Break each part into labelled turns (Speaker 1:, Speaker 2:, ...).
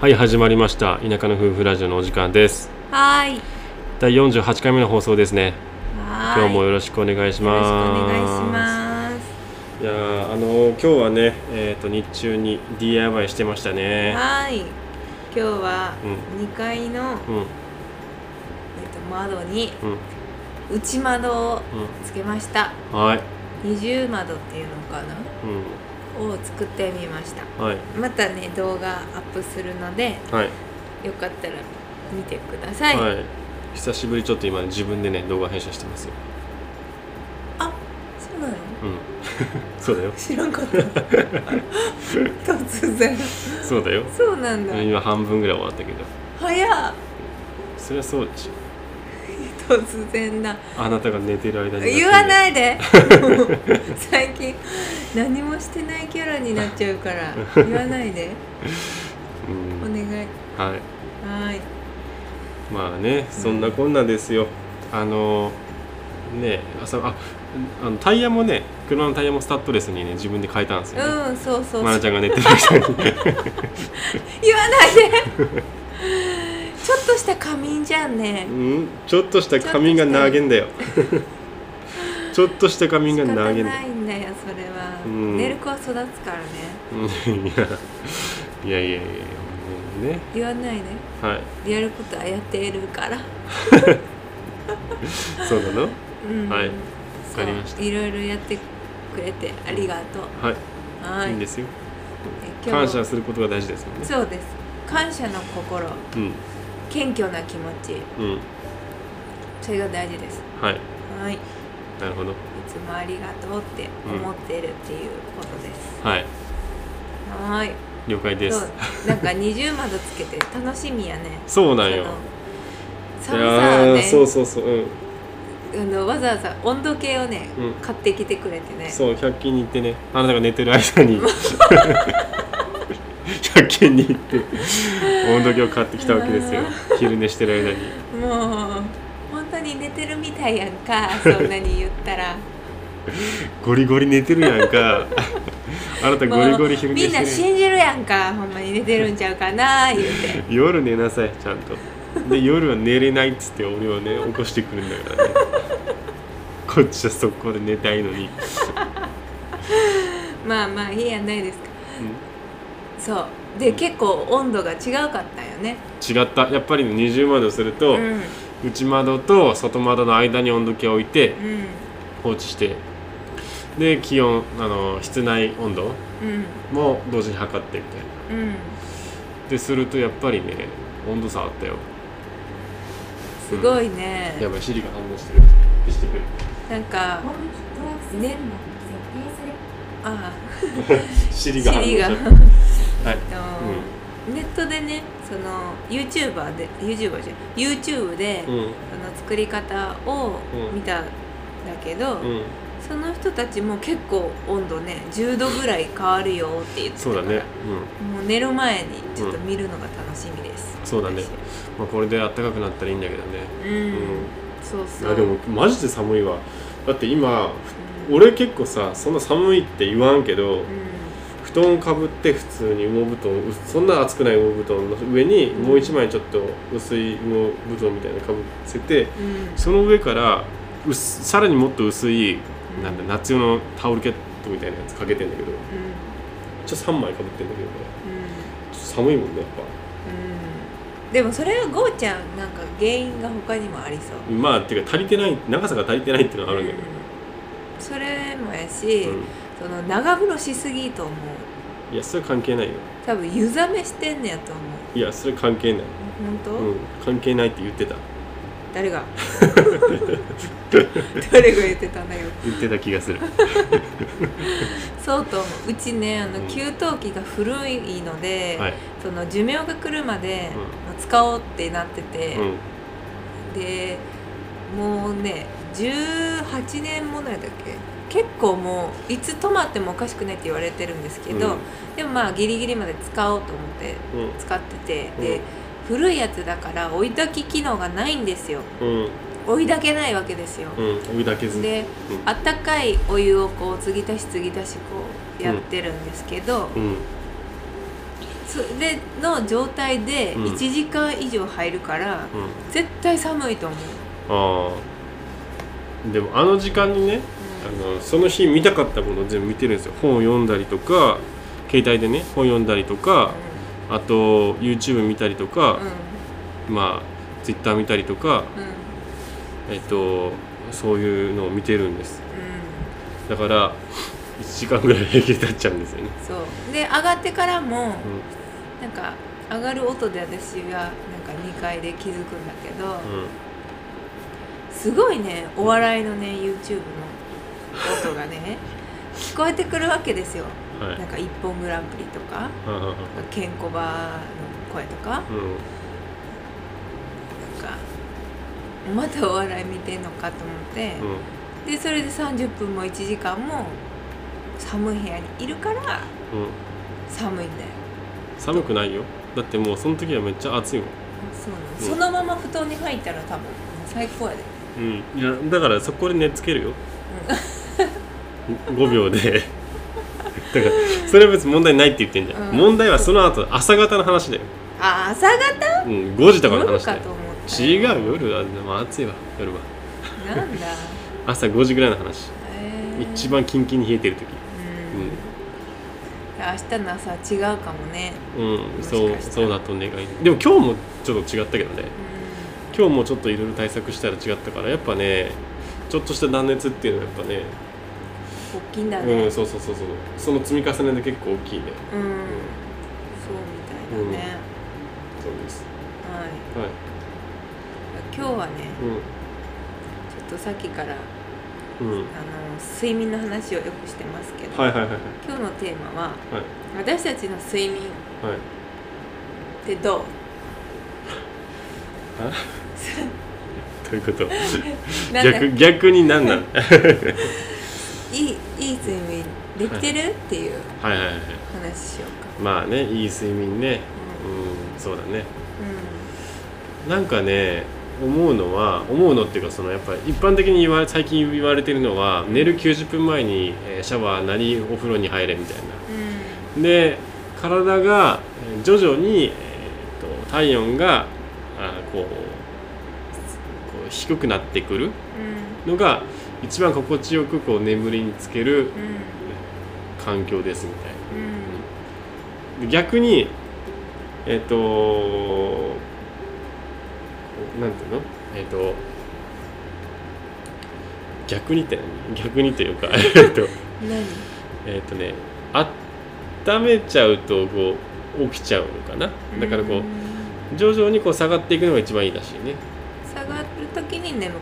Speaker 1: はい始まりました田舎の夫婦ラジオのお時間です
Speaker 2: はーい。
Speaker 1: 第48回目の放送ですね
Speaker 2: はーい。
Speaker 1: 今日もよろしくお願いし
Speaker 2: よろしく
Speaker 1: ます
Speaker 2: お願いします。
Speaker 1: いやーあのー今日はねえっ、と日中に DIY してましたね
Speaker 2: はーい。今日は
Speaker 1: う
Speaker 2: 2階
Speaker 1: うん
Speaker 2: の、
Speaker 1: うん
Speaker 2: えっと窓に
Speaker 1: うん
Speaker 2: 内窓をつけました。
Speaker 1: はい
Speaker 2: 二重窓っていうのかな
Speaker 1: う
Speaker 2: を作ってみました。
Speaker 1: んはい
Speaker 2: またね動画アップするので
Speaker 1: はい
Speaker 2: よかったら見てください。
Speaker 1: はい久しぶりちょっと今自分でね動画編集してますよ
Speaker 2: あ、そうなの？
Speaker 1: うん そうだよ
Speaker 2: 知らんかった。 突然。
Speaker 1: そうだよ
Speaker 2: そうなんだ。
Speaker 1: 今半分ぐらい終わったけど
Speaker 2: 早っ。
Speaker 1: そりゃそうでしょ
Speaker 2: 突然だ。
Speaker 1: あなたが寝てる間に
Speaker 2: 言わ
Speaker 1: い
Speaker 2: ない で最近何もしてないキャラになっちゃうから言わないで
Speaker 1: う
Speaker 2: お
Speaker 1: ん
Speaker 2: 願い
Speaker 1: はい
Speaker 2: はい
Speaker 1: まあねそんなこんなですよ、あのね朝ああのタイヤもね車のタイヤもスタッドレスにね自分で変えたんですよ、ね
Speaker 2: うんそうそう、
Speaker 1: 愛菜ちゃんが寝てる間 に
Speaker 2: 言わないでちょっとした仮眠じゃんね
Speaker 1: うんちょっとした仮眠が投げんだよちょっとした仮
Speaker 2: 仕
Speaker 1: 眠が
Speaker 2: 方
Speaker 1: 投
Speaker 2: な
Speaker 1: げんだよ
Speaker 2: いんだよそれは、
Speaker 1: うん
Speaker 2: 寝る子は育つからね
Speaker 1: うんいやいやいやいやね
Speaker 2: 言わない
Speaker 1: はい
Speaker 2: でやることはやっているから
Speaker 1: そうなの
Speaker 2: うん
Speaker 1: はいわ
Speaker 2: そう
Speaker 1: かりました
Speaker 2: いろいろやってくれてありがとう
Speaker 1: はい、、
Speaker 2: はい
Speaker 1: い
Speaker 2: い
Speaker 1: んですよ
Speaker 2: え今日
Speaker 1: 感謝することが大事ですもんね
Speaker 2: そうです感謝の心
Speaker 1: うん
Speaker 2: 謙虚な気持ち
Speaker 1: うん
Speaker 2: それが大事です
Speaker 1: はい
Speaker 2: はいい
Speaker 1: なるほど
Speaker 2: つもありがとうって思ってるっていうことです、
Speaker 1: はい
Speaker 2: はーい
Speaker 1: 了解です
Speaker 2: そうなんか二重窓つけて楽しみやね
Speaker 1: そうなんよ
Speaker 2: その寒さはね
Speaker 1: いやーそうそうそううん
Speaker 2: あのわざわざ温度計をね、
Speaker 1: うん
Speaker 2: 買ってきてくれてね
Speaker 1: そう100均に行ってねあなたが寝てる間 に100均に行って温度計を買ってきたわけですよ昼寝してる間に
Speaker 2: もう本当に寝てるみたいやん かそんなに言ったら
Speaker 1: ゴリゴリ寝てるやん かあなたゴリゴリ昼
Speaker 2: もう
Speaker 1: 寝
Speaker 2: みんな
Speaker 1: してる
Speaker 2: 信じるやんかほんまに寝てるんちゃうかな言う て
Speaker 1: 夜寝なさいちゃんとで夜は寝れないっつって俺をね起こしてくるんだからねこっちは速攻で寝たいのに、
Speaker 2: まあまあいいやないですか
Speaker 1: う
Speaker 2: そうで、結構温度が違うかったよね
Speaker 1: ん違ったやっぱりね二重窓すると、
Speaker 2: ん
Speaker 1: 内窓と外窓の間に温度計を置いて
Speaker 2: う
Speaker 1: 放
Speaker 2: ん
Speaker 1: 置してで気温あの室内温度
Speaker 2: うん
Speaker 1: も同時に測ってみたいな
Speaker 2: うん
Speaker 1: でするとやっぱりね温度差あったよ
Speaker 2: すごいね、
Speaker 1: やばいシリが反応してる消してくれ
Speaker 2: なんかねあ
Speaker 1: シ
Speaker 2: あ
Speaker 1: リが反応し
Speaker 2: 尻
Speaker 1: ちゃ
Speaker 2: が
Speaker 1: っはい
Speaker 2: あのネットでねその YouTuber で YouTuber じゃん YouTube で、
Speaker 1: たうんうん
Speaker 2: その作り方を
Speaker 1: うん
Speaker 2: 見たんだけ
Speaker 1: う
Speaker 2: ど、
Speaker 1: ん
Speaker 2: その人たちも結構温度ね10度ぐらい変わるよって言ってた
Speaker 1: そう
Speaker 2: か
Speaker 1: だ
Speaker 2: ら
Speaker 1: ね
Speaker 2: もう寝る前にちょっと見るのが楽しみです、
Speaker 1: うんそうだねうん、まあ、これで暖かくなったらいいんだけどね
Speaker 2: うん、
Speaker 1: うん
Speaker 2: そうそう
Speaker 1: あでもマジで寒いわだって今
Speaker 2: うん
Speaker 1: 俺結構さそんな寒いって言わんけど、
Speaker 2: う
Speaker 1: 布団をかぶって普通に羽毛布団うそんな厚くない羽毛布団の上にもう一枚ちょっと薄い羽毛布団みたいなのかぶせて
Speaker 2: んうん
Speaker 1: その上から薄さらにもっと薄い
Speaker 2: うん
Speaker 1: なんだ夏用のタオルケットみたいなやつかけてんだけど
Speaker 2: うん
Speaker 1: ちょ3枚かぶってんだけどねちょっと寒いもんねやっぱ
Speaker 2: うんうんでもそれはゴーちゃんなんか原因が他にもありそう
Speaker 1: まあていうか足りてない長さが足りてないっていうのはあるんだけ
Speaker 2: うんそれもやし、
Speaker 1: ど、うん
Speaker 2: その長風呂しすぎと思う
Speaker 1: いやそれ関係ないよ
Speaker 2: 多分湯冷めしてんねやと思う
Speaker 1: いやそれ関係ない、
Speaker 2: 本当、
Speaker 1: うん、関係ないって言ってた
Speaker 2: 誰が誰が言ってたんだけど
Speaker 1: 言ってた気がする
Speaker 2: そうと思ううちねあの
Speaker 1: うん
Speaker 2: 給湯器が古いので、
Speaker 1: はい、
Speaker 2: その寿命が来るまで
Speaker 1: うん
Speaker 2: まあ使おうってなってて、
Speaker 1: うん、
Speaker 2: でもうね18年ものやったっけ結構もういつ止まってもおかしくないって言われてるんですけど、でもまあギリギリまで使おうと思って
Speaker 1: う
Speaker 2: 使ってて、
Speaker 1: うん
Speaker 2: で古いやつだから追い焚き機能がないんですよ
Speaker 1: んうん
Speaker 2: 追い焚けないわけですよ、
Speaker 1: うん追いだけず
Speaker 2: で
Speaker 1: うん
Speaker 2: あったかいお湯をこう継ぎ足し継ぎ足しこうやってるんですけど、
Speaker 1: うん
Speaker 2: それの状態で
Speaker 1: うん
Speaker 2: 1時間以上入るか
Speaker 1: う
Speaker 2: ら、
Speaker 1: ん
Speaker 2: 絶対寒いと思う、
Speaker 1: ああでもあの時間にねあのその日見たかったものを全部見てるんですよ本を読んだりとか携帯でね本読んだりとかあと YouTube 見たりとか、まあ Twitter 見たりとか
Speaker 2: うんうんうん
Speaker 1: えっとそういうのを見てるんです
Speaker 2: う
Speaker 1: だから1時間ぐらい平気で経っちゃうんですよね、
Speaker 2: んそうで上がってからも
Speaker 1: うん
Speaker 2: なんか上がる音で私がなんか2階で気づくんだけど、
Speaker 1: うん、
Speaker 2: すごいねお笑いのね YouTube の音 がね聞こえてくるわけですよ
Speaker 1: はい
Speaker 2: なんか「一本グランプリ」とか
Speaker 1: ははは
Speaker 2: 「ケンコバ」の声とかなんか
Speaker 1: うん
Speaker 2: 「またお笑い見てんのか」と思って
Speaker 1: うん
Speaker 2: でそれで30分も1時間も寒い部屋にいるから
Speaker 1: うん
Speaker 2: 寒いんだよ
Speaker 1: 寒くないよだってもうその時はめっちゃ暑いもん
Speaker 2: そうな
Speaker 1: う
Speaker 2: の、
Speaker 1: ん
Speaker 2: そのまま布団に入ったら多分最高やで
Speaker 1: うんいやだからそこで寝つけるよ、5秒でだからそれは別に問題ないって言ってんじゃん、
Speaker 2: うん
Speaker 1: 問題はその後朝方の話だよ、
Speaker 2: あ朝方
Speaker 1: うん、5時とかの
Speaker 2: 夜
Speaker 1: 話だ
Speaker 2: か
Speaker 1: よ
Speaker 2: と思った
Speaker 1: 違う夜はでも暑いわ夜は
Speaker 2: なんだ、
Speaker 1: 朝5時ぐらいの話
Speaker 2: えー
Speaker 1: 一番キンキンに冷えてる時
Speaker 2: うん、明日の朝は違うかもね、
Speaker 1: うん、
Speaker 2: もしか
Speaker 1: そう
Speaker 2: したら
Speaker 1: そうだと願いでも今日もちょっと違ったけどね
Speaker 2: う
Speaker 1: 今日もちょっといろいろ対策したら違ったからやっぱねちょっとした断熱っていうのはやっぱね
Speaker 2: ん、大きいんだ
Speaker 1: う
Speaker 2: ね
Speaker 1: んそうそうそうそうその積み重ねで結構大きいね
Speaker 2: うん、そうみたいだね、
Speaker 1: そうです
Speaker 2: はい
Speaker 1: はい
Speaker 2: 今日はね
Speaker 1: う
Speaker 2: ちょっとさっきから
Speaker 1: んうん
Speaker 2: あの睡眠の話をよくしてますけど、
Speaker 1: はいはいはいはい
Speaker 2: 今日のテーマは
Speaker 1: はい
Speaker 2: 私たちの睡眠っ
Speaker 1: はい
Speaker 2: てどう
Speaker 1: ということ
Speaker 2: なんだ
Speaker 1: 逆逆に何 なのはい
Speaker 2: いいいい睡眠できてる、っていう
Speaker 1: はいはいはい
Speaker 2: 話しようか
Speaker 1: まあねいい睡眠ねうんそうだね
Speaker 2: う
Speaker 1: なんかね思うのは思うのっていうかそのやっぱり一般的に言われ最近言われてるのは寝る90分前にえーシャワーなりお風呂に入れみたいなん
Speaker 2: うん
Speaker 1: で体がえー徐々に、えーっと体温があーこうこう低くなってくるのが一番心地よくこう眠りにつける
Speaker 2: うんうん
Speaker 1: 環境ですみたいな
Speaker 2: うん
Speaker 1: で逆にえっ、とこうなんていうのえっ、と逆にって何逆にというか えっと
Speaker 2: 何
Speaker 1: えっとね温めちゃうとこう起きちゃうのかなだからこ
Speaker 2: ん
Speaker 1: う徐々にこう下がっていくのが一番いいらしいね
Speaker 2: 下がる時に眠くなる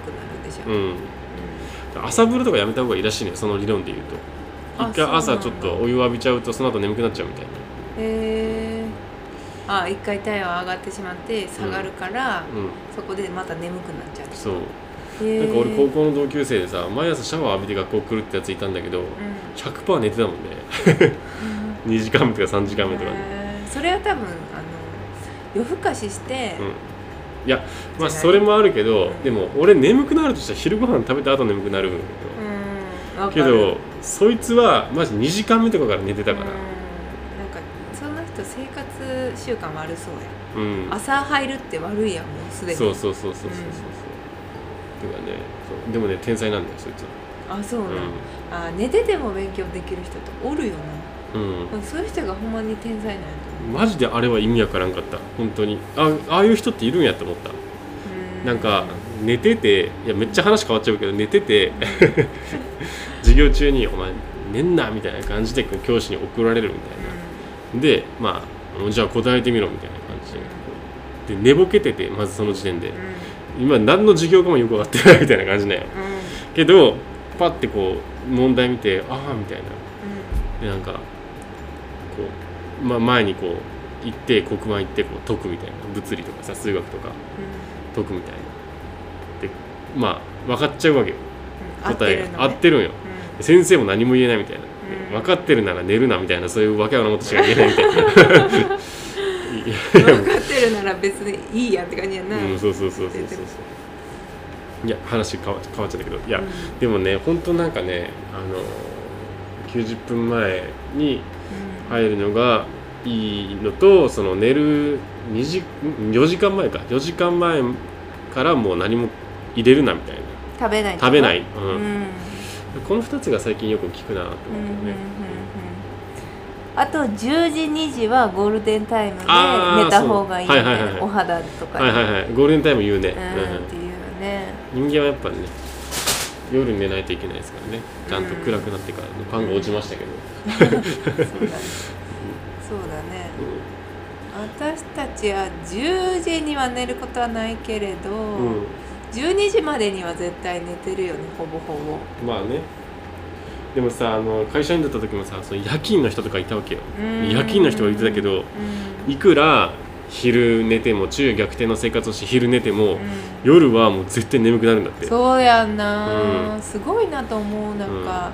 Speaker 2: でしょ、
Speaker 1: う
Speaker 2: うん
Speaker 1: ん朝風呂とかやめた方がいいらしいねその理論で言うと
Speaker 2: あ
Speaker 1: 一回
Speaker 2: そう
Speaker 1: 朝
Speaker 2: なんだ
Speaker 1: ちょっとお湯を浴びちゃうとその後眠くなっちゃうみたいな
Speaker 2: へえあ一回体温上がってしまって下がるから、
Speaker 1: うん
Speaker 2: そこでまた眠くなっちゃう
Speaker 1: そう
Speaker 2: へ
Speaker 1: な
Speaker 2: ー
Speaker 1: んか俺高校の同級生でさ毎朝シャワー浴びて学校来るってやついたんだけど100%寝てたもんね 2時間目とか3時間
Speaker 2: うん
Speaker 1: 目とかね、
Speaker 2: へーそれは多分あの夜更かしして、
Speaker 1: うん、いやまあ
Speaker 2: じゃない
Speaker 1: それもあるけど
Speaker 2: うん
Speaker 1: でも俺眠くなるとしたら昼ご飯食べた後眠くなる
Speaker 2: うんわか
Speaker 1: け
Speaker 2: る
Speaker 1: どそいつはマジ2時間目とかから寝てたから
Speaker 2: うんなんかその人生活習慣悪そうや
Speaker 1: うん
Speaker 2: 朝入るって悪いやんもうすでに
Speaker 1: そうそうそうそうそうそうそうとかねそうでもね天才なんだよそいつは
Speaker 2: あそう
Speaker 1: う
Speaker 2: なん、あ寝てても勉強できる人っておるよな、
Speaker 1: ん、
Speaker 2: うんそういう人がほんまに天才なんやと思
Speaker 1: うん、マジであれは意味わからんかった本当にあああいう人っているんやと思った
Speaker 2: うう
Speaker 1: なんか寝てていやめっちゃ話変わっちゃうけど寝てて 授業中に「お前寝んな」みたいな感じでこう教師に怒られるみたいな、でまあじゃあ答えてみろみたいな感じでで寝ぼけててまずその時点で
Speaker 2: うんうん
Speaker 1: 今何の授業かもよく分かってないみたいな感じなんよ
Speaker 2: うん
Speaker 1: けどパッてこう問題見て「ああ」みたいな
Speaker 2: う
Speaker 1: でなんかこう、ま、前にこう行って黒板行ってこう解くみたいな物理とかさ数学とか
Speaker 2: んうん
Speaker 1: 解くみたいなでまあ分かっちゃうわけよ
Speaker 2: 合って
Speaker 1: 答え
Speaker 2: るの、ね、
Speaker 1: が合ってるんよ先生も何も言えないみたいな、
Speaker 2: うん
Speaker 1: 分かってるなら寝るなみたいなそういうわけわからんことしか言えないみたいない
Speaker 2: うん、分かってるなら別にいいやって感じやな、
Speaker 1: や、うん、そうそうそうそうそうそういや話変わ変わっちゃったけどいや、
Speaker 2: うん
Speaker 1: でもね本当なんかねあの90分前に
Speaker 2: うん
Speaker 1: 入るのがいいのとその寝る2時4時間前か4時間前からもう何も入れるなみたいな
Speaker 2: 食べない
Speaker 1: 食べない、
Speaker 2: うん、
Speaker 1: う
Speaker 2: うん
Speaker 1: んこの2つが最近よく聞くなと思って
Speaker 2: うんうんうんう
Speaker 1: ね
Speaker 2: ん、あと10時2時はゴールデンタイムで寝
Speaker 1: あー
Speaker 2: た方がいいみたいな、
Speaker 1: そうはいはいはい
Speaker 2: お肌とかに、
Speaker 1: はいはいはいゴールデンタイム言うね、
Speaker 2: うんっていうね
Speaker 1: うん人間はやっぱね夜寝ないといけないですからねちゃんと暗くなってからねパンが落ちましたけど、
Speaker 2: そうだねそうだね私たちは10時には寝ることはないけれど、
Speaker 1: うんうん
Speaker 2: 12時までには絶対寝てるよねほぼほぼ
Speaker 1: まあねでもさあの会社員だった時もさその夜勤の人とかいたわけよ
Speaker 2: うん
Speaker 1: 夜勤の人がいてたけど
Speaker 2: うん
Speaker 1: いくら昼寝ても昼夜逆転の生活をして昼寝ても、
Speaker 2: うん
Speaker 1: 夜はもう絶対眠くなるんだって
Speaker 2: そうやんな、
Speaker 1: うん
Speaker 2: すごいなと思うなんか、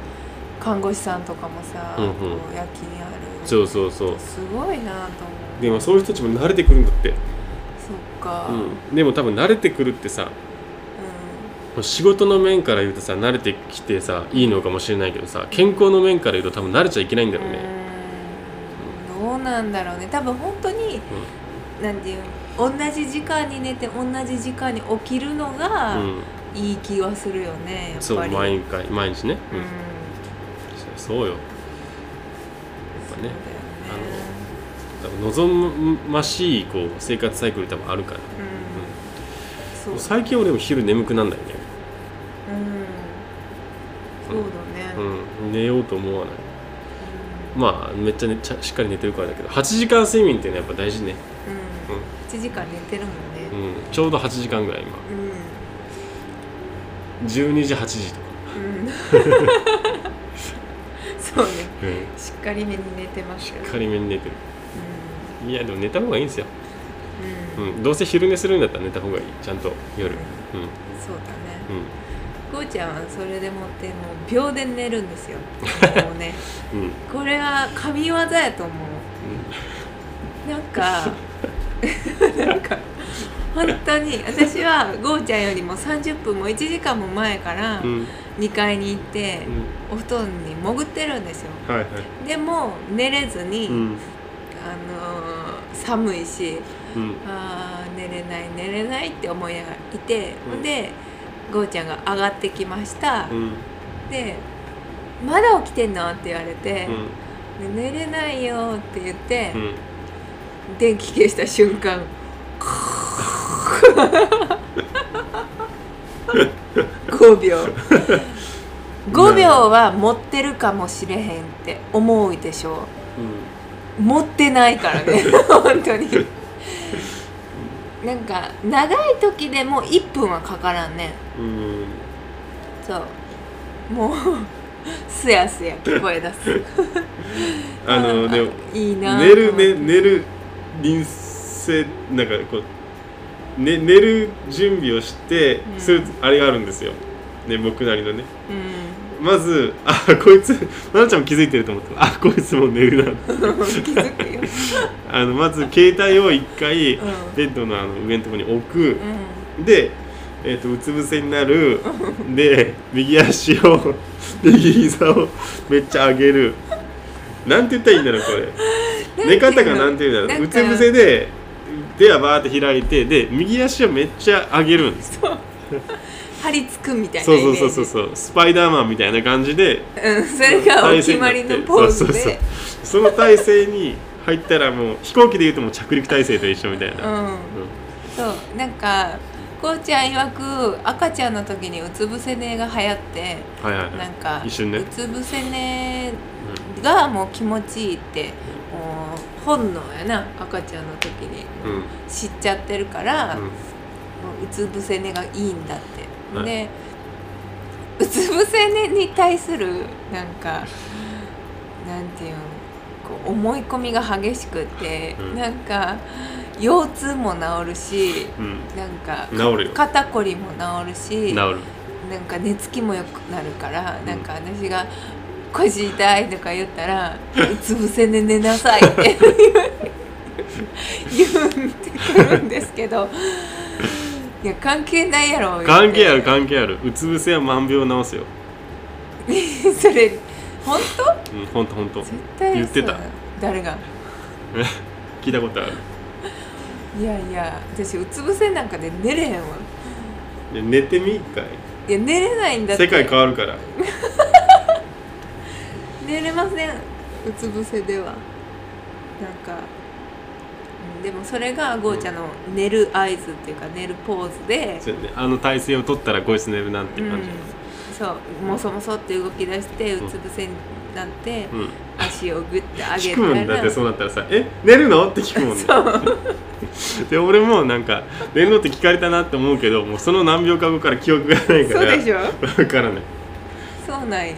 Speaker 2: 看護師さんとかもさ、
Speaker 1: うんうん
Speaker 2: こう夜勤ある
Speaker 1: そうそうそう
Speaker 2: すごいなと思う
Speaker 1: でもそういう人たちも慣れてくるんだって、
Speaker 2: そっか、うん
Speaker 1: うん、でも多分慣れてくるってさもう仕事の面から言うとさ慣れてきてさいいのかもしれないけどさ健康の面から言うと多分慣れちゃいけないんだろうね、
Speaker 2: うんどうなんだろうね多分本当に、なんていう同じ時間に寝て同じ時間に起きるのが
Speaker 1: うん
Speaker 2: いい気はするよねやっぱり
Speaker 1: そう毎回毎日ね、
Speaker 2: うん
Speaker 1: うんそうよやっぱね
Speaker 2: そうだよね
Speaker 1: 多分望ましいこう生活サイクル多分あるから
Speaker 2: うんそう
Speaker 1: 最近俺も昼眠くなんないね、
Speaker 2: うんそうだね、うん
Speaker 1: うん、寝ようと思わないまあめっちゃ,、ね、ちゃしっかり寝てるからだけど8時間睡眠っていうのはやっぱ大事ね、
Speaker 2: うん1時間寝てるも
Speaker 1: う
Speaker 2: んね
Speaker 1: ん、ちょうど8時間ぐらい今
Speaker 2: うん
Speaker 1: 12時8時とか、
Speaker 2: うん そうね
Speaker 1: うん、
Speaker 2: しっかりめに寝てますよ
Speaker 1: 仮めに寝てる
Speaker 2: う
Speaker 1: いやでも寝た方がいいんですよ、
Speaker 2: ん
Speaker 1: う
Speaker 2: うん
Speaker 1: ん、どうせ昼寝するんだったら寝た方がいいちゃんと夜うんうん
Speaker 2: そうだねこうちゃんはそれでもってもう秒で寝るんです よもうね
Speaker 1: うん、うん
Speaker 2: これは神業やと思うなん かなんか本当に私はゴーちゃんよりも30分も1時間も前から
Speaker 1: うんうん、
Speaker 2: 2階に行ってお布団に潜ってるんですよ
Speaker 1: はいはい
Speaker 2: でも寝れずに、
Speaker 1: うん
Speaker 2: あのー寒いし
Speaker 1: うん
Speaker 2: あー寝れない寝れないって思いながらいて、
Speaker 1: うん
Speaker 2: でゴーちゃんが上がってきました、
Speaker 1: うん
Speaker 2: で「まだ起きてんの?」って言われて
Speaker 1: う、ん
Speaker 2: で寝れないよ」って言って、
Speaker 1: うん
Speaker 2: 電気消した瞬間5 秒5秒は持ってるかもしれへんって思うでしょ
Speaker 1: うん
Speaker 2: 持ってないからね本当になんか長い時でも1分はかからんね
Speaker 1: うん
Speaker 2: そうもうすやすや聞こえ出す
Speaker 1: あのでも
Speaker 2: いいなぁ
Speaker 1: 寝る
Speaker 2: と思って
Speaker 1: 寝寝る臨性なんかこう、ね、寝る準備をして
Speaker 2: うん
Speaker 1: する、あれがあるんですよ、ね、僕なりのね
Speaker 2: うん
Speaker 1: まずあこいつななちゃんも気づいてると思ってあこいつもう寝るな
Speaker 2: 気づくよ。
Speaker 1: あのまず携帯を一回
Speaker 2: うん
Speaker 1: ベッドのあの上のところに置く
Speaker 2: うん。
Speaker 1: で、えー、とうつ伏せになる で右足を右膝をめっちゃ上げるなんて言ったらいいんだろうこれ。寝方がなんていうんだろううつ伏せ
Speaker 2: で。
Speaker 1: で手はバーって開いてで右足をめっちゃ上げるんです
Speaker 2: 張り付くみたいな
Speaker 1: そう
Speaker 2: イメ
Speaker 1: そ
Speaker 2: ー
Speaker 1: う
Speaker 2: ジ。
Speaker 1: そうそうそうスパイダーマンみたいな感じで
Speaker 2: うん、それがお決まりのポーズ
Speaker 1: そうそうそう
Speaker 2: で。
Speaker 1: その体勢に入ったらもう飛行機で言うともう着陸体勢と一緒みたいうな、
Speaker 2: ん。
Speaker 1: うん
Speaker 2: そう、なんか。こうちゃん曰く赤ちゃんの時にうつ伏せ寝が流行って
Speaker 1: はいはいは
Speaker 2: ないんか
Speaker 1: 一瞬ね
Speaker 2: うつ伏せ寝がもう気持ちいいってもう本能やな赤ちゃんの時に
Speaker 1: うんうん
Speaker 2: 知っちゃってるから、
Speaker 1: うん
Speaker 2: もううつ伏せ寝がいいんだって、
Speaker 1: はい
Speaker 2: でうつ伏せ寝に対するなんかなんていうのこう思い込みが激しくて、
Speaker 1: うん
Speaker 2: なんか腰痛も治るし
Speaker 1: うん
Speaker 2: なんか
Speaker 1: 治るよ
Speaker 2: 肩こりも治るし
Speaker 1: 治
Speaker 2: な
Speaker 1: る
Speaker 2: んか寝つきも良くなるから、
Speaker 1: ん
Speaker 2: なんか私が「腰痛い」とか言ったら「うつ伏せ寝寝なさい」って 言うんってくるんですけどいや関係ないやろ
Speaker 1: 関係ある
Speaker 2: か
Speaker 1: 関係あるうつ伏せは万病治すよ、
Speaker 2: それ本当
Speaker 1: うん、ほんとほんと
Speaker 2: 絶対
Speaker 1: 言ってた
Speaker 2: そうだ誰が
Speaker 1: 聞いたことある
Speaker 2: いやいや私うつ伏せなんかで寝れへんわ
Speaker 1: で寝てみ一回
Speaker 2: いや寝れないんだって
Speaker 1: 世界変わるから
Speaker 2: 寝れませんうつ伏せではなんかうんでもそれがゴーちゃんの寝る合図っていうか寝るポーズで
Speaker 1: そうやねあの体勢を取ったらこいつ寝るなんていう感じ
Speaker 2: そうもそもそって動き出してうつ伏せになって
Speaker 1: うん、
Speaker 2: 足をグッて上げ
Speaker 1: 聞
Speaker 2: た
Speaker 1: くもんだってそうなったらさ「え寝るの?」って聞くもんね で俺もなんか「寝るの?」って聞かれたなって思うけどもうその何秒か後から記憶がないから
Speaker 2: そうでしょ
Speaker 1: 分からない、
Speaker 2: そうなんよ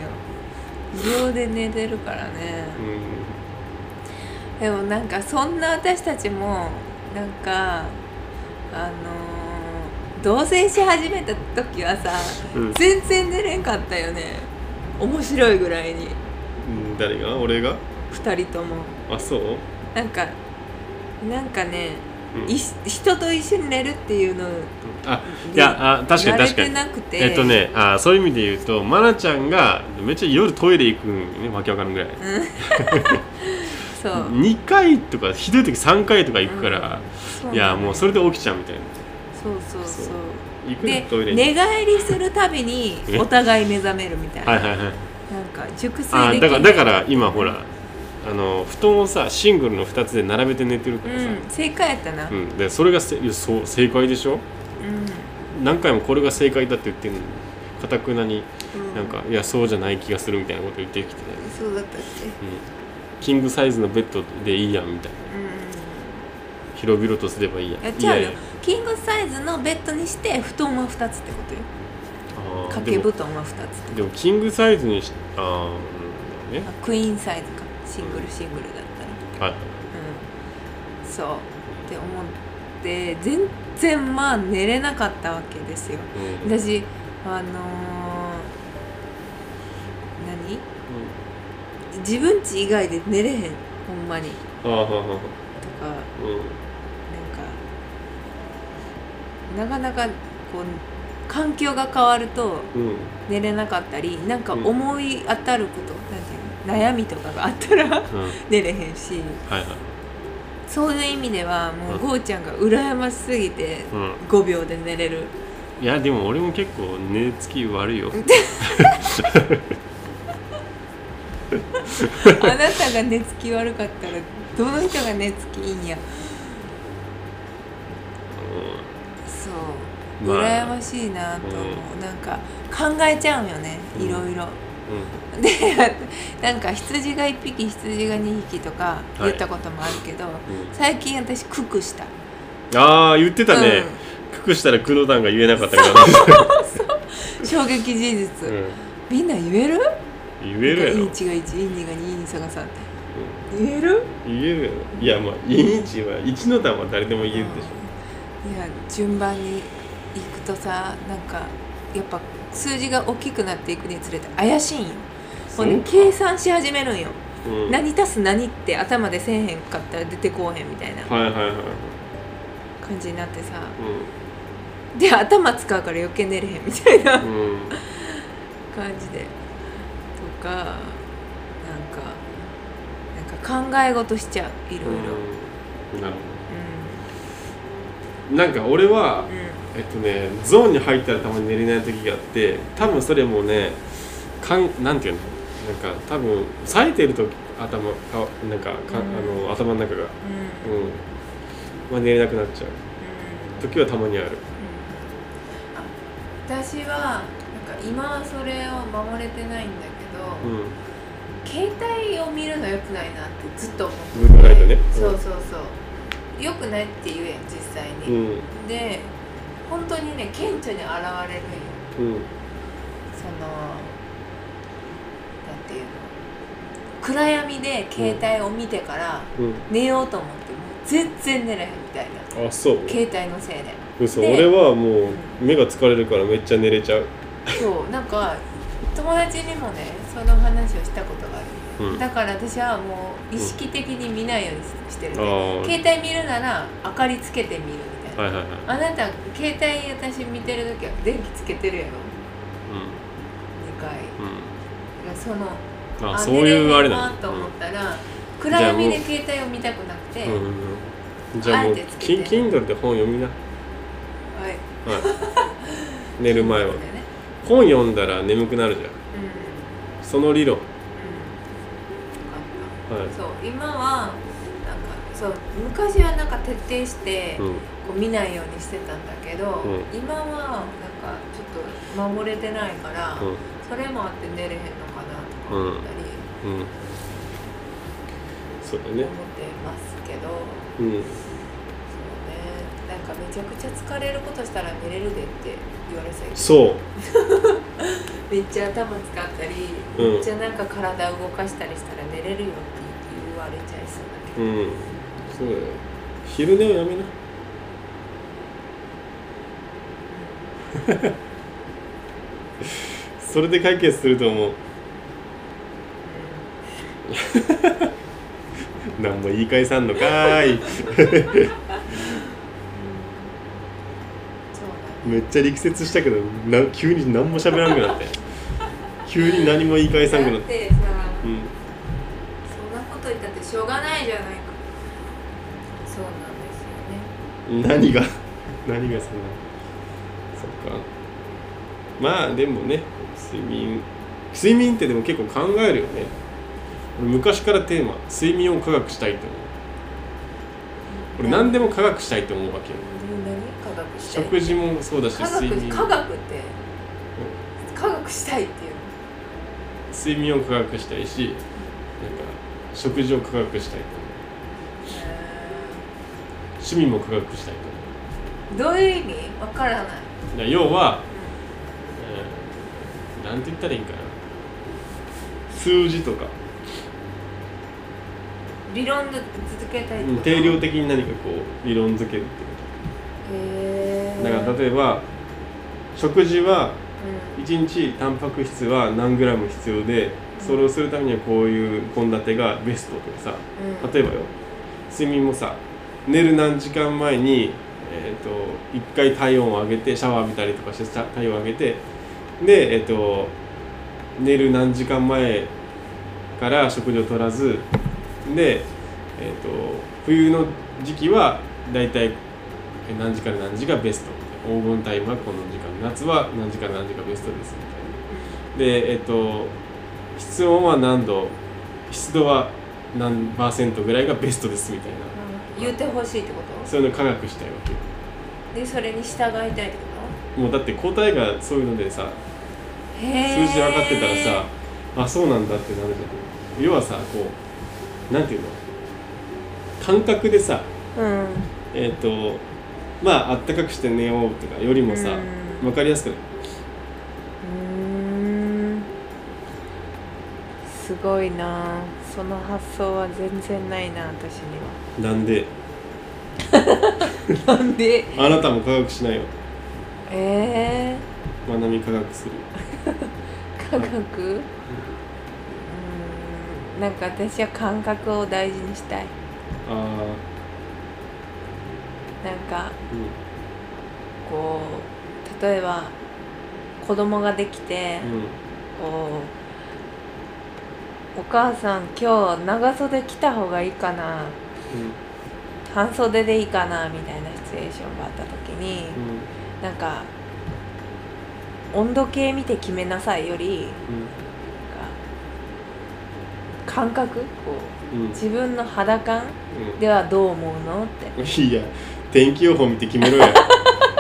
Speaker 2: 秒で寝てるからね
Speaker 1: う
Speaker 2: でもなんかそんな私たちもなんかあのー同棲し始めた時はさ
Speaker 1: んうん
Speaker 2: 全然寝れんかったよね面白いぐらいに
Speaker 1: うん、誰が俺が
Speaker 2: 2人とも
Speaker 1: あそう、うん
Speaker 2: なんかなんかね、いし人と一緒に寝るっていうの
Speaker 1: あいやあ確かに確
Speaker 2: 慣れ
Speaker 1: か
Speaker 2: て
Speaker 1: に
Speaker 2: なくて
Speaker 1: えっとねあそういう意味で言うと愛菜、ちゃんがめっちゃ夜トイレ行くんよねわけわからんぐらい、
Speaker 2: そう、
Speaker 1: 2回とかひどい時3回とか行くから、
Speaker 2: そう
Speaker 1: いやもうそれで起きちゃうみたいな
Speaker 2: そうそうそう
Speaker 1: そ行くね
Speaker 2: で
Speaker 1: トイレに
Speaker 2: 寝返りするたびにお互い目覚めるみたいな、
Speaker 1: はいはいはい
Speaker 2: なんか熟
Speaker 1: あ
Speaker 2: 睡
Speaker 1: ー
Speaker 2: でき
Speaker 1: だ
Speaker 2: な
Speaker 1: か
Speaker 2: い
Speaker 1: らだから今ほらあの布団をさシングルの2つで並べて寝てるからさ、
Speaker 2: うん正解やったな、う
Speaker 1: うんんでそれがせいやそう正解でしょ何回もこれが正解だって言ってるのにかたくなに
Speaker 2: うん
Speaker 1: なんか、いやそうじゃない気がするみたいなこと言ってきてね、
Speaker 2: そうだったっけ
Speaker 1: うん、キングサイズのベッドでいいやんみたいな
Speaker 2: うん
Speaker 1: 広々とすればいいやん
Speaker 2: やっ
Speaker 1: い
Speaker 2: ちゃう
Speaker 1: や
Speaker 2: よ
Speaker 1: いや
Speaker 2: キングサイズのベッドにして布団は2つってことよ
Speaker 1: あ
Speaker 2: 掛
Speaker 1: ー
Speaker 2: け
Speaker 1: でも
Speaker 2: 布団は2つって
Speaker 1: でもキングサイズにしああね
Speaker 2: あクイーンサイズかシングルシングルだったら
Speaker 1: はい
Speaker 2: うんそうって思って全然まあ寝れなかったわけですよ
Speaker 1: うん
Speaker 2: 私あのー何自分家以外で寝れへんほんまに
Speaker 1: うんあーはーはーは
Speaker 2: とか
Speaker 1: ーうん
Speaker 2: なんかなかなかこう環境が変わると
Speaker 1: うん
Speaker 2: 寝れなかったりなんか
Speaker 1: うん
Speaker 2: 思い当たること、なんていうの悩みとかがあったら
Speaker 1: うん
Speaker 2: 寝れへんし
Speaker 1: はいはい
Speaker 2: そういう意味ではも
Speaker 1: う
Speaker 2: うんゴーちゃんが羨ましすぎて
Speaker 1: うん
Speaker 2: 5秒で 寝れる
Speaker 1: いやでも俺も結構寝つき悪いよ
Speaker 2: あなたが寝つき悪かったらどの人が寝つきいいんやそう、
Speaker 1: まあ
Speaker 2: 羨ましいなと思う、なんか考えちゃうよね
Speaker 1: うん
Speaker 2: いろいろ、
Speaker 1: う
Speaker 2: で なんか羊が1匹羊が2匹とか言ったこともあるけど、
Speaker 1: ん、うん
Speaker 2: 最近私ククした
Speaker 1: ああ言ってたね、くくしたらくのだんが言えなかったから、
Speaker 2: うん衝撃事実、
Speaker 1: うん、
Speaker 2: みんな言える
Speaker 1: 言えるやろ、
Speaker 2: イ
Speaker 1: うん
Speaker 2: ンチが1インチが2インチが3って言える
Speaker 1: 言えるやろいやまあインチは一の段は誰でも言えるでし
Speaker 2: いや順番に行くとさなんかやっぱ数字が大きくなっていくにつれて怪しいんよ
Speaker 1: そ
Speaker 2: ほ
Speaker 1: うん
Speaker 2: で計算し始めるんよ、
Speaker 1: ょ、うん、はい
Speaker 2: 何足す何って頭でせえへんかったら出てこうへんみたいな
Speaker 1: はいはい、
Speaker 2: 感じになってさで頭使うから余計寝れへんみた いな
Speaker 1: うんうん、
Speaker 2: 感じでとかなんかなんか考え事しちゃういろいろ、うん
Speaker 1: うんなるほどなんか俺はえっとねゾーンに入ったらたまに寝れない時があって多分それもねかんなんていうのなんか多分冴えてる時頭かなんかか、
Speaker 2: うん
Speaker 1: あの頭の中が
Speaker 2: うんうん
Speaker 1: うんまあ寝れなくなっちゃう時はたまにある
Speaker 2: あ私はなんか今はそれを守れてないんだ
Speaker 1: う
Speaker 2: けど、
Speaker 1: ん
Speaker 2: 携帯を見るの良くないなってずっと思ってて
Speaker 1: ブルーライトねうん
Speaker 2: そうそうそう良くないって言うやん実際
Speaker 1: う
Speaker 2: に、
Speaker 1: ん
Speaker 2: で本当にね顕著に現れるんよ
Speaker 1: うん
Speaker 2: そのなんていうの暗闇で携帯を見てから
Speaker 1: う
Speaker 2: 寝ようと思っても全然寝れへんみたいなん
Speaker 1: あそう
Speaker 2: 携帯のせいで
Speaker 1: 嘘
Speaker 2: で
Speaker 1: 俺はもう目が疲れるからめっちゃ寝れちゃう
Speaker 2: そうなんか友達にもねその話をしたことがある
Speaker 1: うん
Speaker 2: だから私はもう意識的に見ないようにししてる
Speaker 1: あ
Speaker 2: ね、
Speaker 1: あは
Speaker 2: 携
Speaker 1: い
Speaker 2: 帯見るなら明かりつけてみるみたい
Speaker 1: はいはい
Speaker 2: な、あなた携帯私見てる時は電気つけてるやろ2回
Speaker 1: うん
Speaker 2: その
Speaker 1: うんあそういうあれ
Speaker 2: だ
Speaker 1: だ
Speaker 2: なと思ったら、暗闇で携帯を見たくなくて、はい
Speaker 1: うん、じゃあも
Speaker 2: あえ
Speaker 1: う
Speaker 2: てつけて
Speaker 1: Kin- Kindle で本読みな、は
Speaker 2: う
Speaker 1: い、
Speaker 2: ん
Speaker 1: 寝る前は
Speaker 2: そうだよね
Speaker 1: 本読んだら眠くなるじゃん
Speaker 2: うんうん
Speaker 1: その理論、は
Speaker 2: そう今はなんかそう昔はなんか徹底して、
Speaker 1: いうん、
Speaker 2: こう見ないようにしてたんだけど、
Speaker 1: うん
Speaker 2: 今はなんかちょっと守れてないから、それもあって寝れへんのかなとか思った
Speaker 1: う
Speaker 2: り
Speaker 1: ん、うん、そうだ
Speaker 2: 思
Speaker 1: ね
Speaker 2: ってますけど、
Speaker 1: うん
Speaker 2: そうねなんかめちゃくちゃ疲れることしたら寝れるでって言われそうやけ
Speaker 1: そう
Speaker 2: どめっちゃ頭使ったり、
Speaker 1: うん
Speaker 2: めっちゃなんか体動かしたりしたら寝れるよって言われちゃいそうだけど、
Speaker 1: うんそうだよ昼寝をやめな それで解決すると思う何も言い返さんのかーい
Speaker 2: そうだね
Speaker 1: めっちゃ力説したけどな急に何も喋らんくなって急に何も言い返さんくな
Speaker 2: だ
Speaker 1: っ
Speaker 2: っててさ
Speaker 1: うん
Speaker 2: そんなこと言ったってしょうがないじゃないかそうなんですよ
Speaker 1: 何
Speaker 2: ね
Speaker 1: が何がそんなそっかまあでもね睡眠睡眠ってでも結構考えるよね俺昔からテーマ睡眠を科学したいと思う俺何でも科学したいと思うわけよ
Speaker 2: 何科学したい
Speaker 1: 食事もそうだし
Speaker 2: 科学
Speaker 1: 睡眠
Speaker 2: 科学って科学したいっていう
Speaker 1: 睡眠を科学したいしなんか食事を科学したいと思う趣味も科学したいと思
Speaker 2: のどういう意味わからないう
Speaker 1: だから要は、えーなんて言ったらいいんかな数字とか
Speaker 2: 理論で続けたいって
Speaker 1: う
Speaker 2: こ
Speaker 1: ん
Speaker 2: と
Speaker 1: 定量
Speaker 2: へ
Speaker 1: 的に何かこう理論づけるってことだから
Speaker 2: え
Speaker 1: 例えば食事は
Speaker 2: う
Speaker 1: 1日タンパク質は何グラム必要でそれをするためにはこういう献立がベストとかさ
Speaker 2: んうん
Speaker 1: 例えばよ睡眠もさ寝る何時間前に、えー、と1回体温を上げてシャワー浴びたりとかしてさ体温を上げてで、えー、と寝る何時間前から食事を取らずで、えー、と冬の時期はだいたい何時から何時がベスト黄金タイムはこの時間夏は何時から何時がベストですみたいな。でえっと室温は何度湿度は何パーセントぐらいがベストですみたいな
Speaker 2: うん言ってほしいってこ
Speaker 1: そういうの科学したいわけよ
Speaker 2: とでそれに従いたいってこ
Speaker 1: もうだって答えがそういうのでさ
Speaker 2: とへえ
Speaker 1: 数字分かってたらさあそうなんだってなるじゃん要はさこうなんていうの感覚でさ
Speaker 2: うん
Speaker 1: えっとまああったかくして寝ようとかよりもさ
Speaker 2: うん
Speaker 1: 分かりやすく
Speaker 2: うんすごいなその発想は全然ないな私には
Speaker 1: なんで
Speaker 2: なんで
Speaker 1: あなたも科学しないよ
Speaker 2: えー、
Speaker 1: まなみ科学する
Speaker 2: 科学うーんなんか私は感覚を大事にしたい
Speaker 1: あ
Speaker 2: なんか
Speaker 1: あう
Speaker 2: こう例えば子供ができて、
Speaker 1: んうん
Speaker 2: こうお母さん今日長袖着た方がいいか
Speaker 1: う
Speaker 2: な
Speaker 1: ん
Speaker 2: 半袖でいいかなみたいなシチュエーションがあった時に、
Speaker 1: うん
Speaker 2: なんか温度計見て決めなさいよ
Speaker 1: う
Speaker 2: りなんか感覚こ
Speaker 1: ん
Speaker 2: う自分の肌感ではどう思うのって
Speaker 1: うん、いや天気予報見て決め ろや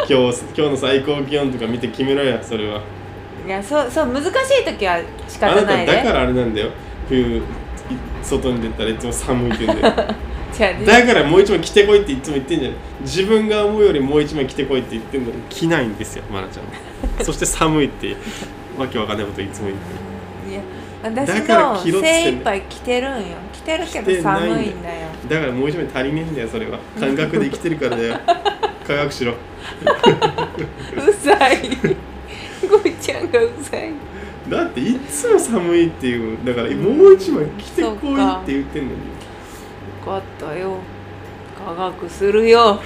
Speaker 1: 今日今日の最高気温とか見て決めろやそれはい
Speaker 2: やそうそう難しい時は仕
Speaker 1: あ
Speaker 2: 方
Speaker 1: な
Speaker 2: な
Speaker 1: た
Speaker 2: いで
Speaker 1: だからあれなんだよ冬い外に出たらいつも寒いって言うんだよ
Speaker 2: 違う
Speaker 1: だからもう一枚着てこいっていつも言ってんじゃん自分が思うよりもう一枚着てこいって言ってんのに着ないんですよ愛菜ち ゃんそして寒いってわけわかんないこといつも言ってる
Speaker 2: いや
Speaker 1: だ
Speaker 2: 私
Speaker 1: から
Speaker 2: の
Speaker 1: 着ろっつって
Speaker 2: 精
Speaker 1: んの
Speaker 2: 一杯着てるんよ着てるけ
Speaker 1: 着て
Speaker 2: ど
Speaker 1: ないんだよ
Speaker 2: 寒いんだよ
Speaker 1: だからもう一枚足りねえんだよそれは感覚で生きてるからだ よ科学しろ
Speaker 2: うざい ゴイちゃんがうざい
Speaker 1: だっていつも寒いっていうだからもう一枚着てこいって言ってんのに
Speaker 2: 分かったよ科学するよ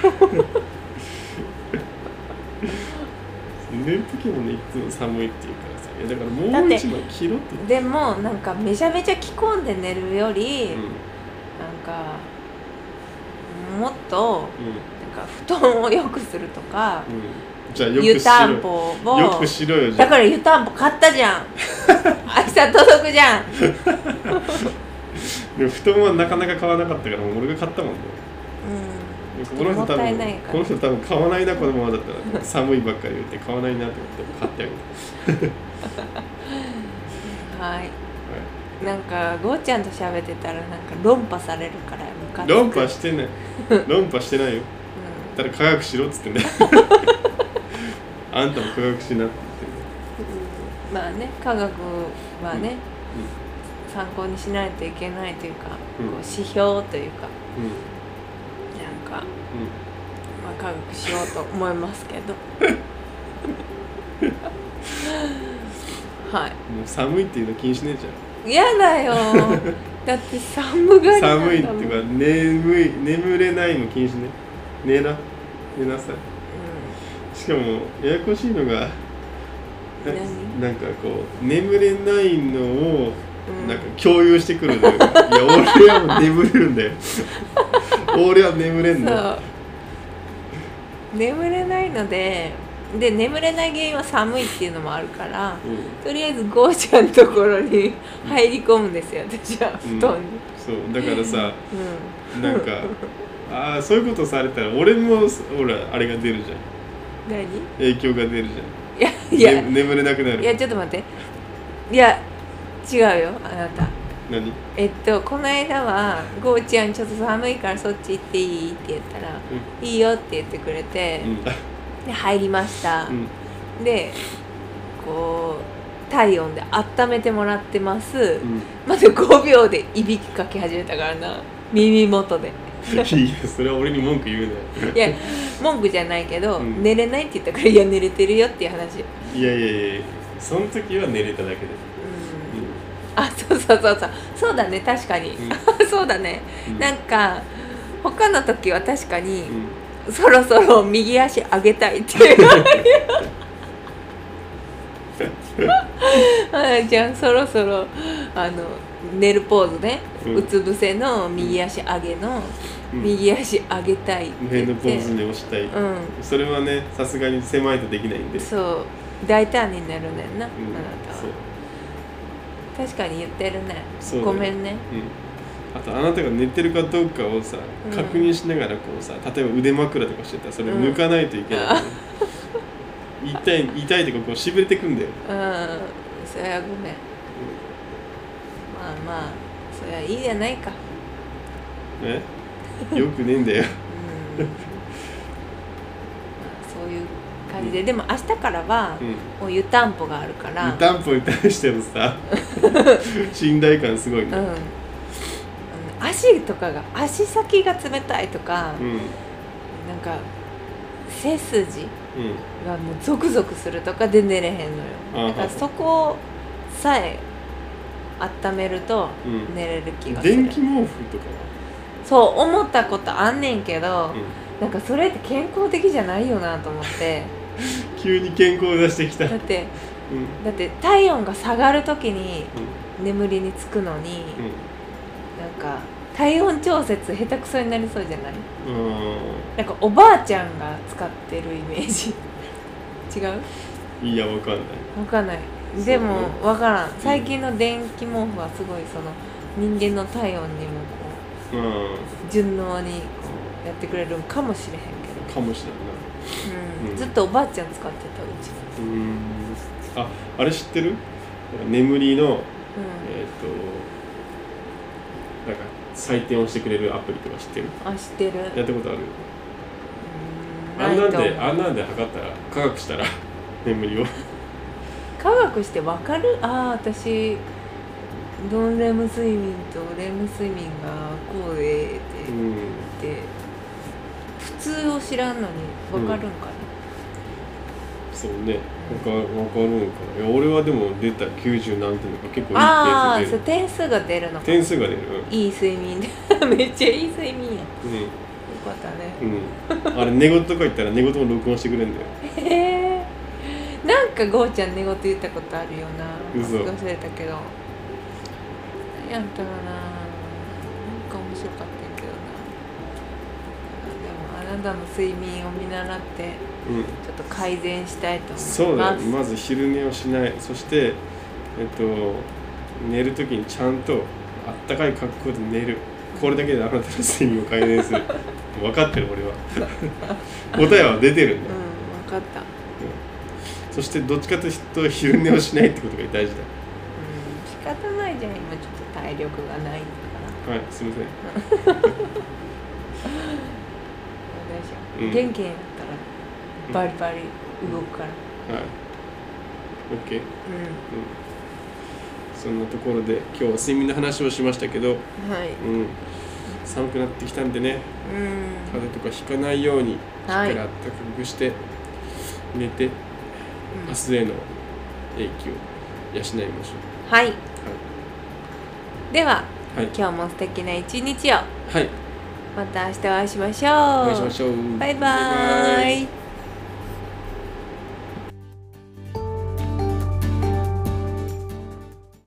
Speaker 1: 寝る時もねいつも寒いって言うからさいやだから
Speaker 2: だ
Speaker 1: もう
Speaker 2: って
Speaker 1: 一枚着ろって言って
Speaker 2: でもなんかめちゃめちゃ着込んで寝るより、
Speaker 1: うん
Speaker 2: なんかもっと
Speaker 1: う
Speaker 2: なんか布団を良くするとか
Speaker 1: んうんじゃあよ
Speaker 2: 湯
Speaker 1: くした
Speaker 2: ん
Speaker 1: ろ
Speaker 2: ぽ
Speaker 1: よよ
Speaker 2: を
Speaker 1: くしろよじ
Speaker 2: だ
Speaker 1: ゃあ
Speaker 2: から湯たんぽ買ったじ ゃん明日届くじゃん
Speaker 1: でも布団はなかなか買わなかったからもう俺が買ったもんね
Speaker 2: うん
Speaker 1: この人多
Speaker 2: もったい
Speaker 1: 分
Speaker 2: ないか
Speaker 1: こ
Speaker 2: ら
Speaker 1: の人多分買わないなこのままだった ら寒いばっかり言って買わないなと思って買ってあげた
Speaker 2: はい
Speaker 1: はい
Speaker 2: なんかゴーちゃんと喋ってたらなんか論破されるからムカつく
Speaker 1: 論破してない論破してないよ
Speaker 2: う
Speaker 1: ただ科学しろっつってん だよあんたも科学しなって言ってる
Speaker 2: んまあね科学はね、参考にしないといけないというか、
Speaker 1: うん
Speaker 2: こう指標というか
Speaker 1: うんうん
Speaker 2: なんか、まあ、科学しようと思いますけど はい
Speaker 1: うんもう寒いっていうの気にしねえじゃ
Speaker 2: 嫌だよだって寒がり
Speaker 1: ん寒いって
Speaker 2: なんだもん
Speaker 1: いうか眠い眠れないも気にしねえ寝な寝なさいしかもややこしいのがなな
Speaker 2: 何
Speaker 1: んかこう眠れないのを
Speaker 2: うん
Speaker 1: なんか共有してくるの よ、いや俺は眠れるんだよ俺は眠れんだよ
Speaker 2: そう眠れないのでで眠れない原因は寒いっていうのもあるから
Speaker 1: うん
Speaker 2: とりあえずゴーちゃんのところに入り込むんですよ私は
Speaker 1: うん
Speaker 2: 布団に、
Speaker 1: そうだからさ
Speaker 2: うん
Speaker 1: なんかああそういうことされたら俺もほらあれが出るじゃん
Speaker 2: 何
Speaker 1: 影響が出るじ
Speaker 2: いや
Speaker 1: ゃん
Speaker 2: いや
Speaker 1: ね眠れなくなる
Speaker 2: いやちょっと待っていや違うよあなた
Speaker 1: 何うん
Speaker 2: えっとこの間は「ゴーちゃんちょっと寒いからそっち行っていい?」って言ったら「いいよ」って言ってくれて、で入りました、
Speaker 1: うん
Speaker 2: でこう体温で温めてもらってます、
Speaker 1: うん
Speaker 2: まず5秒でいびきかき始めたからな耳元で
Speaker 1: いやそれは俺に文句言うなよ
Speaker 2: いや文句じゃないけど、
Speaker 1: うん
Speaker 2: 寝れないって言ったからいや寝れてるよっていう話、うん、
Speaker 1: いやいやいやその時は寝れただけで、
Speaker 2: あそうそうそうそうそうだね確かに、
Speaker 1: うん
Speaker 2: そうだね、
Speaker 1: うん
Speaker 2: なんか他の時は確かに、
Speaker 1: うん
Speaker 2: そろそろ右足上げたいっていう じゃあそろそろあの寝るポーズね、う
Speaker 1: うん
Speaker 2: つ伏せの右足上げの、
Speaker 1: うん
Speaker 2: 右足上げたいって
Speaker 1: 上の
Speaker 2: 言っ
Speaker 1: ポ
Speaker 2: て
Speaker 1: ーズに押したい、
Speaker 2: うん
Speaker 1: それはねさすがに狭いとできないんでう
Speaker 2: そう大胆になるねんな、
Speaker 1: ん
Speaker 2: あなた
Speaker 1: そう
Speaker 2: は確かに言ってるね
Speaker 1: そうだよ
Speaker 2: ごめんね
Speaker 1: うん、あとあなたが寝てるかどうかをさ
Speaker 2: うん
Speaker 1: 確認しながらこうさ例えば腕枕とかしてたらそれ
Speaker 2: うん
Speaker 1: 抜かないといけない、痛い痛いとかこうしびれてくんだよ
Speaker 2: うんそれはごめんまあまあそれはいいじゃないか
Speaker 1: ね よくねえんだよ
Speaker 2: うんまあ そういう感じででも明日からは
Speaker 1: うん
Speaker 2: もう湯たんぽがあるから
Speaker 1: 湯たんぽに対しての さ信頼感すごい
Speaker 2: うん
Speaker 1: ね
Speaker 2: うん足とかが足先が冷たいとか、
Speaker 1: うんうん
Speaker 2: なんか背筋がもうゾクゾクするとかで寝れへんの
Speaker 1: あ
Speaker 2: よ
Speaker 1: ー
Speaker 2: だからそこさえ温めると
Speaker 1: うん
Speaker 2: 寝れる気がする、
Speaker 1: 電気毛布とか
Speaker 2: そう思ったことあんねんけど、
Speaker 1: は、うん
Speaker 2: なんかそれって健康的じゃないよなと思って
Speaker 1: 急に健康を出してきた、うん
Speaker 2: だって
Speaker 1: うん
Speaker 2: だって体温が下がる時に眠りにつくのに、なんか体温調節下手くそになりそうじゃない
Speaker 1: うん
Speaker 2: なんかおばあちゃんが使ってるイメージ 違う
Speaker 1: うん、いやわかんない
Speaker 2: わかんない
Speaker 1: そう
Speaker 2: でもわからん最近の電気毛布はすごいその人間の体温にもこ
Speaker 1: う
Speaker 2: う順応にこ
Speaker 1: ん
Speaker 2: うやってくれるんかもしれへん
Speaker 1: かもしれないな
Speaker 2: けど、うん
Speaker 1: うん
Speaker 2: ずっとおばあちゃん使ってたうち
Speaker 1: うーんああれ知ってる眠りの
Speaker 2: う
Speaker 1: えっ、となんか採点をしてくれるアプリとか知ってる
Speaker 2: んあ知ってる
Speaker 1: やったことある
Speaker 2: うん
Speaker 1: あ
Speaker 2: ない
Speaker 1: んな
Speaker 2: と
Speaker 1: ん
Speaker 2: 思う
Speaker 1: であんなんで測ったら科学したら眠りを
Speaker 2: 科学してわかるああ私ノンレム睡眠とレム睡眠がこうでって
Speaker 1: うん
Speaker 2: 言って普通を知らんのにわかるんか
Speaker 1: そうねわかわかるのかないや俺はでも出た90何点とか結構
Speaker 2: な、ああ
Speaker 1: いい
Speaker 2: ーそう点数が出るのか
Speaker 1: 点数出る点数が出る
Speaker 2: いい睡眠 でめっちゃいい睡眠やよかった
Speaker 1: う
Speaker 2: ね
Speaker 1: ん、うん、あれ寝言とか言ったら寝言も録音してくれるんだよ
Speaker 2: へえなんかゴーちゃん寝言言ったことあるよな
Speaker 1: 嘘
Speaker 2: 忘れたけど何やったかななんか面白白かったんだよなでもあなたの睡眠を見習って
Speaker 1: うん、
Speaker 2: ちょっと改善したいと思います
Speaker 1: そうだねまず昼寝をしないそしてえっと寝るときにちゃんとあったかい格好で寝るこれだけであなたの睡眠を改善する 分かってる俺は 答えは出てるん
Speaker 2: う
Speaker 1: だ、
Speaker 2: ん分かった、うん、
Speaker 1: そしてどっちかというと昼寝をしないってことが大事
Speaker 2: 仕方ないじゃん今ちょっと体力がないんだから
Speaker 1: だはいすいません
Speaker 2: 大
Speaker 1: うん
Speaker 2: 丈夫元気になったらバリバリ動くから
Speaker 1: はい OK
Speaker 2: う
Speaker 1: そんなところで今日は睡眠の話をしましたけど、
Speaker 2: ん、はい
Speaker 1: うん、寒くなってきたんでね
Speaker 2: う
Speaker 1: 風邪とかひかないように
Speaker 2: んは
Speaker 1: か
Speaker 2: い、
Speaker 1: らあったかくして寝て
Speaker 2: うん
Speaker 1: 明日への英気を養いましょ
Speaker 2: はい、では
Speaker 1: うはい、
Speaker 2: 今日も素敵な一日を
Speaker 1: はい、
Speaker 2: また明日お会いしましょう
Speaker 1: お会いしましょう
Speaker 2: バイバーイ